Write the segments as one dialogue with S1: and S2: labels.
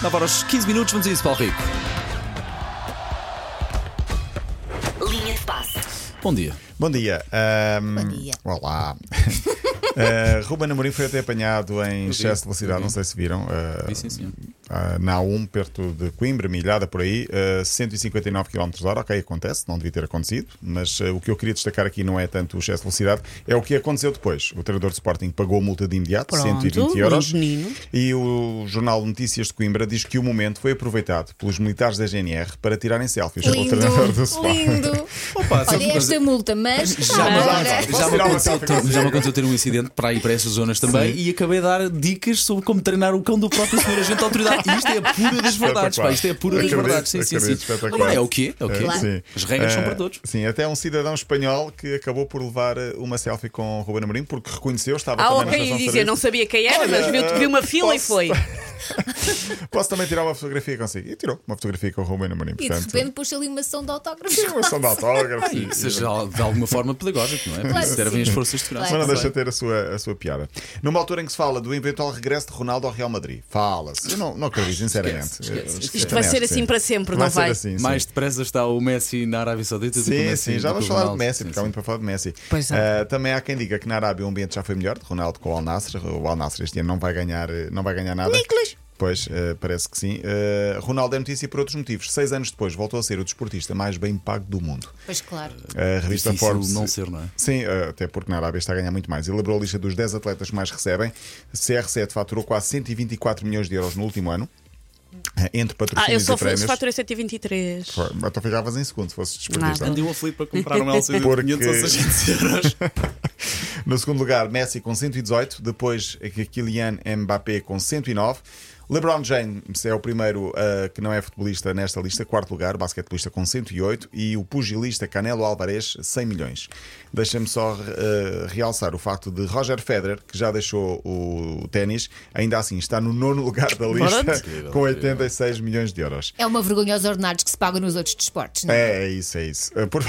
S1: 9 horas 15 minutos, vamos a isso, Paulo Rico.
S2: Linha de passe.
S1: Bom dia.
S3: Bom dia. Ahm,
S2: Bom dia.
S3: Olá. Ah, Ruben Amorim foi até apanhado em excesso de velocidade, não sei se viram. ah,
S1: Sim, senhor.
S3: ah, na A1, perto de Coimbra, milhada por aí, ah, 159 km h ok, acontece, não devia ter acontecido, mas ah, o que eu queria destacar aqui não é tanto o excesso de velocidade, é o que aconteceu depois. O treinador de Sporting pagou a multa de imediato,
S2: Pronto,
S3: 120 euros,
S2: bom menino.
S3: e o Jornal de Notícias de Coimbra diz que o momento foi aproveitado pelos militares da GNR para tirarem selfies com o
S4: Lindo,
S3: treinador do Sporting.
S4: lindo.
S1: Opa, sabe uma
S4: Olha
S3: eh,
S1: coisa?
S4: esta multa, mas
S1: Já me,
S3: Agora.
S4: agora.
S1: já,
S3: Ah, Posso
S1: me
S3: tirar uma
S1: aconteceu,
S3: selfie?
S1: ter- já me aconteceu ter um incidente para ir para essas zonas também e acabei de dar dicas sobre como treinar o cão do próprio senhor agente da autoridade. E isto é a pura das verdades, pá. Isto é a pura das
S3: Acredito,
S1: verdades. Sim, sim, sim.
S3: acredito, espetacular.
S1: Agora é o quê? É o quê?
S3: Eh, sim.
S1: As regras são
S3: Eh,
S1: para todos.
S3: Sim, até um cidadão espanhol que acabou por levar eh, uma selfie com o Ruben Amorim porque reconheceu, estava
S5: Há
S3: também na
S5: alguém
S3: estação
S5: e
S3: de
S5: Ah, dizia, não
S3: serviço.
S5: sabia quem era,
S3: Olha,
S5: mas viu, viu uma fila
S3: posso-
S5: e foi.
S3: Posso também tirar uma fotografia consigo? E tirou uma fotografia com o Ruben Amorim.
S4: E de
S3: portanto,
S4: repente pôs ali uma sessão de autógrafos.
S3: sim, uma ação de autógrafos.
S1: Sim,
S3: e-
S1: seja de alguma forma pedagógico, não é? Para
S4: Claro
S1: isso
S4: que
S1: servem
S4: sim.
S1: as forças de segurança.
S3: Mas não
S4: Claro.
S3: deixa ter a sua, a sua piada. Numa altura em que se fala do eventual regresso de Ronaldo ao Real Madrid, fala-se. Eu não, não acredito, sinceramente.
S1: esquece, esquece.
S3: Eh,
S5: Isto vai ser
S3: sim.
S5: assim para sempre,
S3: vai
S5: não vai?
S3: Ser assim, sim.
S1: Mais depressa está o Messi na Arábia Saudita do que o
S3: Sim,
S1: Messi
S3: sim, já
S1: do
S3: vamos
S1: que o
S3: falar de
S1: Ronaldo.
S3: Messi,
S1: Sim,
S3: porque há um
S1: sim.
S3: muito para falar de Messi.
S5: Pois é.
S3: Ah, também há quem diga que na Arábia o ambiente já foi melhor de Ronaldo com o Al Nassr. O Al Nassr este ano não vai ganhar, eh, não vai ganhar nada.
S4: Nicolas!
S3: Pois, eh, parece que sim. Ah, Ronaldo é notícia por outros motivos. Seis anos depois voltou a ser o desportista mais bem pago do mundo. Eh,
S4: Pois claro.
S3: A revista
S1: Difícil
S3: Forbes.
S1: não ser, não é?
S3: Sim, eh, até porque na Arábia está a ganhar muito mais. Elaborou a lista dos 10 atletas que mais recebem. CR7 faturou quase 124 milhões de euros no último ano. eh, Entre patrocínios
S5: Ah, eu só
S3: e prémios.
S5: faturei 123.
S3: Então ficavas em segundo se fosses desportista.
S5: Nada.
S1: Andei um aflito para comprar um LCD
S3: Porque-
S1: de 500 ou 600 euros.
S3: No segundo lugar, Messi com 118, depois Kylian Mbappé com 109. LeBron James é o primeiro ah, que não é futebolista nesta lista, quarto lugar, basquetebolista com 108 e o pugilista Canelo Alvarez 100 milhões. Deixa-me só ah, realçar o facto de Roger Federer, que já deixou o ténis, ainda assim está no nono lugar da lista
S1: Incrível,
S3: com 86 milhões de euros.
S4: É uma vergonha aos ordenados que se pagam nos outros desportos, não é?
S3: É, é isso, é isso. Uh, Por,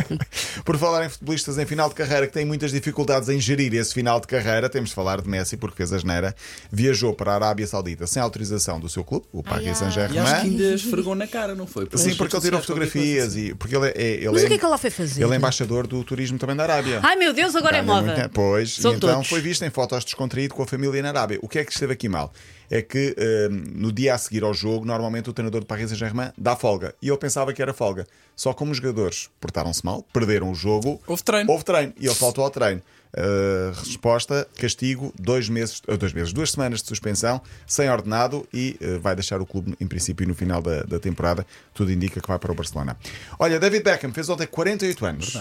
S3: por falar em futebolistas em final de carreira que têm muitas dificuldades em gerir esse final de carreira, temos de falar de Messi, porque fez a geneira. Viajou para a Arábia Saudita sem autorização do seu clube, o Paris
S4: ai.
S1: E acho que
S3: Saint-Germain.
S1: ainda esfregou na cara, não foi?
S3: Sim, porque ele tirou fotografias e. Porque ele é. é- Ele
S5: Mas
S3: é
S5: o que é que ela foi fazer?
S3: Ele é embaixador do turismo também da Arábia.
S5: Ai meu Deus, agora é
S3: Ganha
S5: moda.
S3: muito- pois, e
S5: São
S3: então
S5: todos.
S3: foi visto em fotos descontraído com a família na Arábia. O que é que esteve aqui mal? É que hum, no dia a seguir ao jogo, normalmente o treinador de Paris Saint-Germain dá folga. E ele pensava que era folga. Só como os jogadores portaram-se mal, perderam o jogo.
S1: Houve treino.
S3: Houve treino. E ele faltou ao treino. Uh, resposta: castigo, dois meses, uh, dois meses, duas semanas de suspensão, sem ordenado e uh, vai deixar o clube, em princípio, no final da, da temporada. Tudo indica que vai para o Barcelona. Olha, David Beckham fez ontem 48 anos.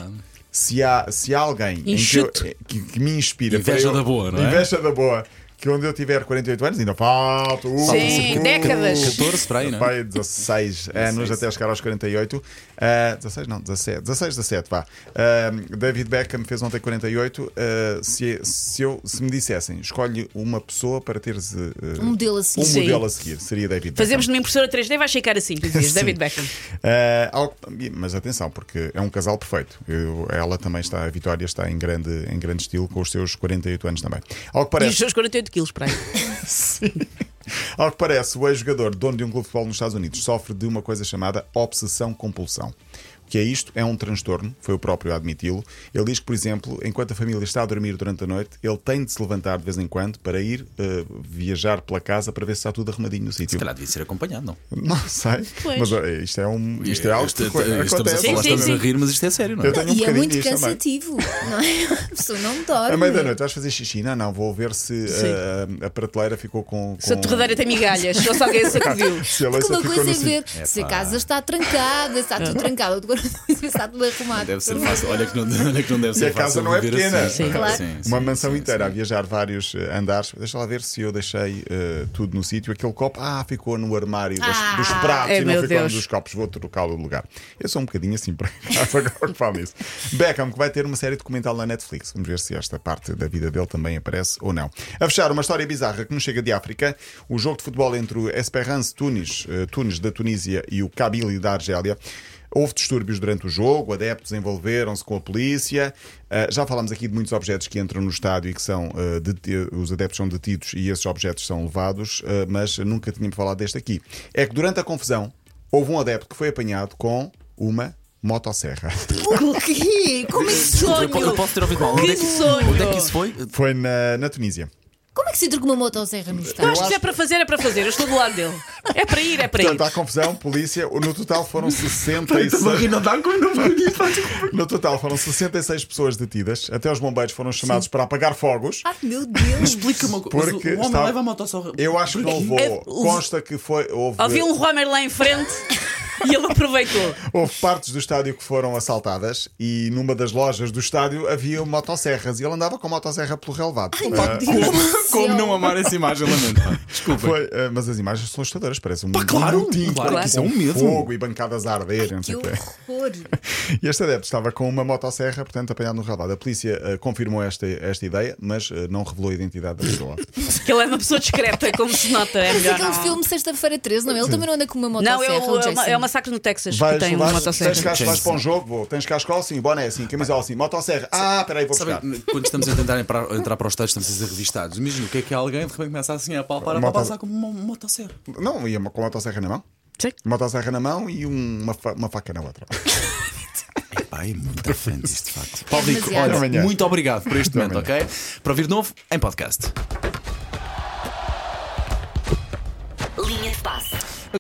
S3: Se há, se há alguém em que, eu- eh,
S5: Enxuto.
S3: que- que me inspira.
S1: Inveja
S3: para eu-
S1: da boa, não é?
S3: Inveja da boa. Que onde eu tiver 48 anos, ainda falta um,
S5: Sim,
S3: um,
S5: décadas.
S1: 14 para aí, não é?
S3: Pai, 16 anos até chegar aos 48. Ah, 16, não, 17. 16, 17, vá. Ah, David Beckham fez ontem 48. Ah, se, se, eu, se me dissessem, escolhe uma pessoa para teres ah,
S4: Um modelo a seguir.
S3: um
S5: Sim.
S3: modelo a seguir, seria David
S5: Fazemos
S3: Beckham.
S5: numa impressora 3D, vais ficar assim, dizias, David Beckham.
S3: Ah, ao- mas atenção, porque é um casal perfeito. Eu- ela também está, a Vitória está em grande, em grande estilo, com os seus 48 anos também. Ao que
S5: E os
S3: parece.
S5: seus 48 quilos, para aí.
S3: Ao que parece, o ex-jogador, dono de um clube de futebol nos Estados Unidos, sofre de uma coisa chamada obsessão-compulsão. O que é isto? É um transtorno, foi o próprio a admiti-lo. Ele diz que, por exemplo, enquanto a família está a dormir durante a noite, ele tem de se levantar de vez em quando para ir eh, viajar pela casa para ver se está tudo arrumadinho no
S1: Se
S3: sítio.
S1: calhar devia ser acompanhado, não.
S3: Não sei,
S5: Pois.
S3: mas eh, isto é, um, isto é algo que
S1: Isto- Estamos a
S3: acontece.
S1: falar,
S5: Sim,
S1: estamos
S5: sim,
S1: a rir, mas isto é sério, não é?
S3: Eu tenho
S4: E
S3: um
S4: é
S3: bocadinho
S4: muito
S3: disto também.
S4: cansativo, não é? A pessoa não dorme.
S3: À meia-noite vais fazer xixi? Não, não, vou ver se eh, a, prateleira ficou com.
S5: Se a
S3: com-
S5: torradeira tem migalhas, só se alguém assim sacudiu.
S3: se a
S4: Porque
S3: louça
S4: uma
S3: ficou
S4: coisa
S3: no
S4: é
S3: sítio.
S4: ver se a casa está trancada, se está tudo trancado, outra coisa é se está tudo arrumado.
S1: Deve ser fácil. Olha que não, olha que não deve
S3: E
S1: ser
S3: a casa
S1: fácil.
S3: não é
S1: viver
S3: pequena.
S1: assim.
S3: Sim,
S4: claro.
S3: Uma mansão inteira a viajar vários eh, andares. Deixa lá ver se eu deixei eh, tudo no sítio. Aquele copo, ah, ficou no armário das-
S4: Ah,
S3: dos pratos
S5: é
S3: e não
S5: meu
S3: ficou
S5: Deus.
S3: no dos copos. Vou trocá-lo de lugar. Eu sou um bocadinho assim para casa agora que falo nisso. Beckham, que vai ter uma série documental na Netflix. Vamos ver se esta parte da vida dele também aparece ou não. A fechar, uma história bizarra que nos chega de África. O jogo de futebol entre o Esperance Tunis, eh, Tunis da Tunísia e o Kabylie da Argélia. Houve distúrbios durante o jogo, adeptos envolveram-se com a polícia. Uh, já falámos aqui de muitos objetos que entram no estádio e que são uh, deti- os adeptos são detidos e esses objetos são levados, uh, mas nunca tínhamos falado deste aqui. É que durante a confusão houve um adepto que foi apanhado com uma motosserra.
S4: O quê? Como é que se
S1: Eu, po- eu
S5: Sonho!
S1: posso ter ouvido mal. Onde é que,
S5: sonho!
S1: Onde é que isso foi?
S3: Foi na, na Tunísia.
S4: Como é que se entra com uma motosserra no estádio?
S5: Eu acho que se é para fazer, é para fazer. Eu estou do lado dele. É para ir, é para ir.
S3: Portanto, há confusão, polícia. No total foram 66.
S1: Não dá com
S3: No total foram 66 pessoas detidas. Até os bombeiros foram chamados para apagar fogos.
S4: Ah, meu Deus!
S1: Explica-me uma coisa.
S3: Porque
S1: o homem
S3: estava-
S1: leva a motosserra.
S3: Eu acho que não
S5: É,
S3: levou.
S5: o-
S3: Consta que foi. Houve,
S5: Havia um Romer lá em frente e ele aproveitou.
S3: houve partes do estádio que foram assaltadas e numa das lojas do estádio havia motosserras e ele andava com a motosserra pelo relevado. Ah,
S1: Como, como não amar essa imagem, lamento. pá. Desculpa.
S3: foi, ah, mas as imagens são assustadoras, parece um
S1: Pá, claro,
S3: montinho
S1: claro
S3: com
S1: que isso é um medo.
S3: Fogo e bancadas a arder, não sei
S4: Que
S3: o quê.
S4: horror!
S3: E este adepto estava com uma motosserra, portanto, apanhado no relevado. A polícia ah, confirmou esta, esta ideia, mas ah, não revelou a identidade da pessoa.
S5: Que ele é uma pessoa discreta, como se nota. É
S4: Mas
S5: melhor
S4: aquele
S5: não.
S4: filme Sexta-feira 13, não é? Ele também não anda com uma
S5: Não, é,
S4: motosserra. o
S5: o, é,
S4: Jason.
S5: uma- é o Massacre no Texas que
S3: Vais,
S5: tem uma
S3: vais,
S5: motosserra.
S3: Tens cá, vais
S1: Jason.
S3: para um jogo, vou. Tens casco assim, boné assim, camisola assim, motosserra. Ah, peraí, vou buscar.
S1: Sabem, quando estamos a tentar entrar, entrar para os textos, estamos a ser revistados. Imagina o que é que é alguém de repente começa assim a palpar, a
S3: Moto-
S1: palpar, como uma motosserra.
S3: Não, ia com a motosserra na mão.
S5: Sim.
S3: Motosserra na mão e um- uma, fa- uma faca na outra.
S1: Epá, é muito à frente isto de facto. Paulo Rico,
S4: demasiado.
S1: olha,
S3: Amanhã.
S1: muito obrigado por este momento,
S3: Amanhã.
S1: ok? Para ouvir de novo em podcast.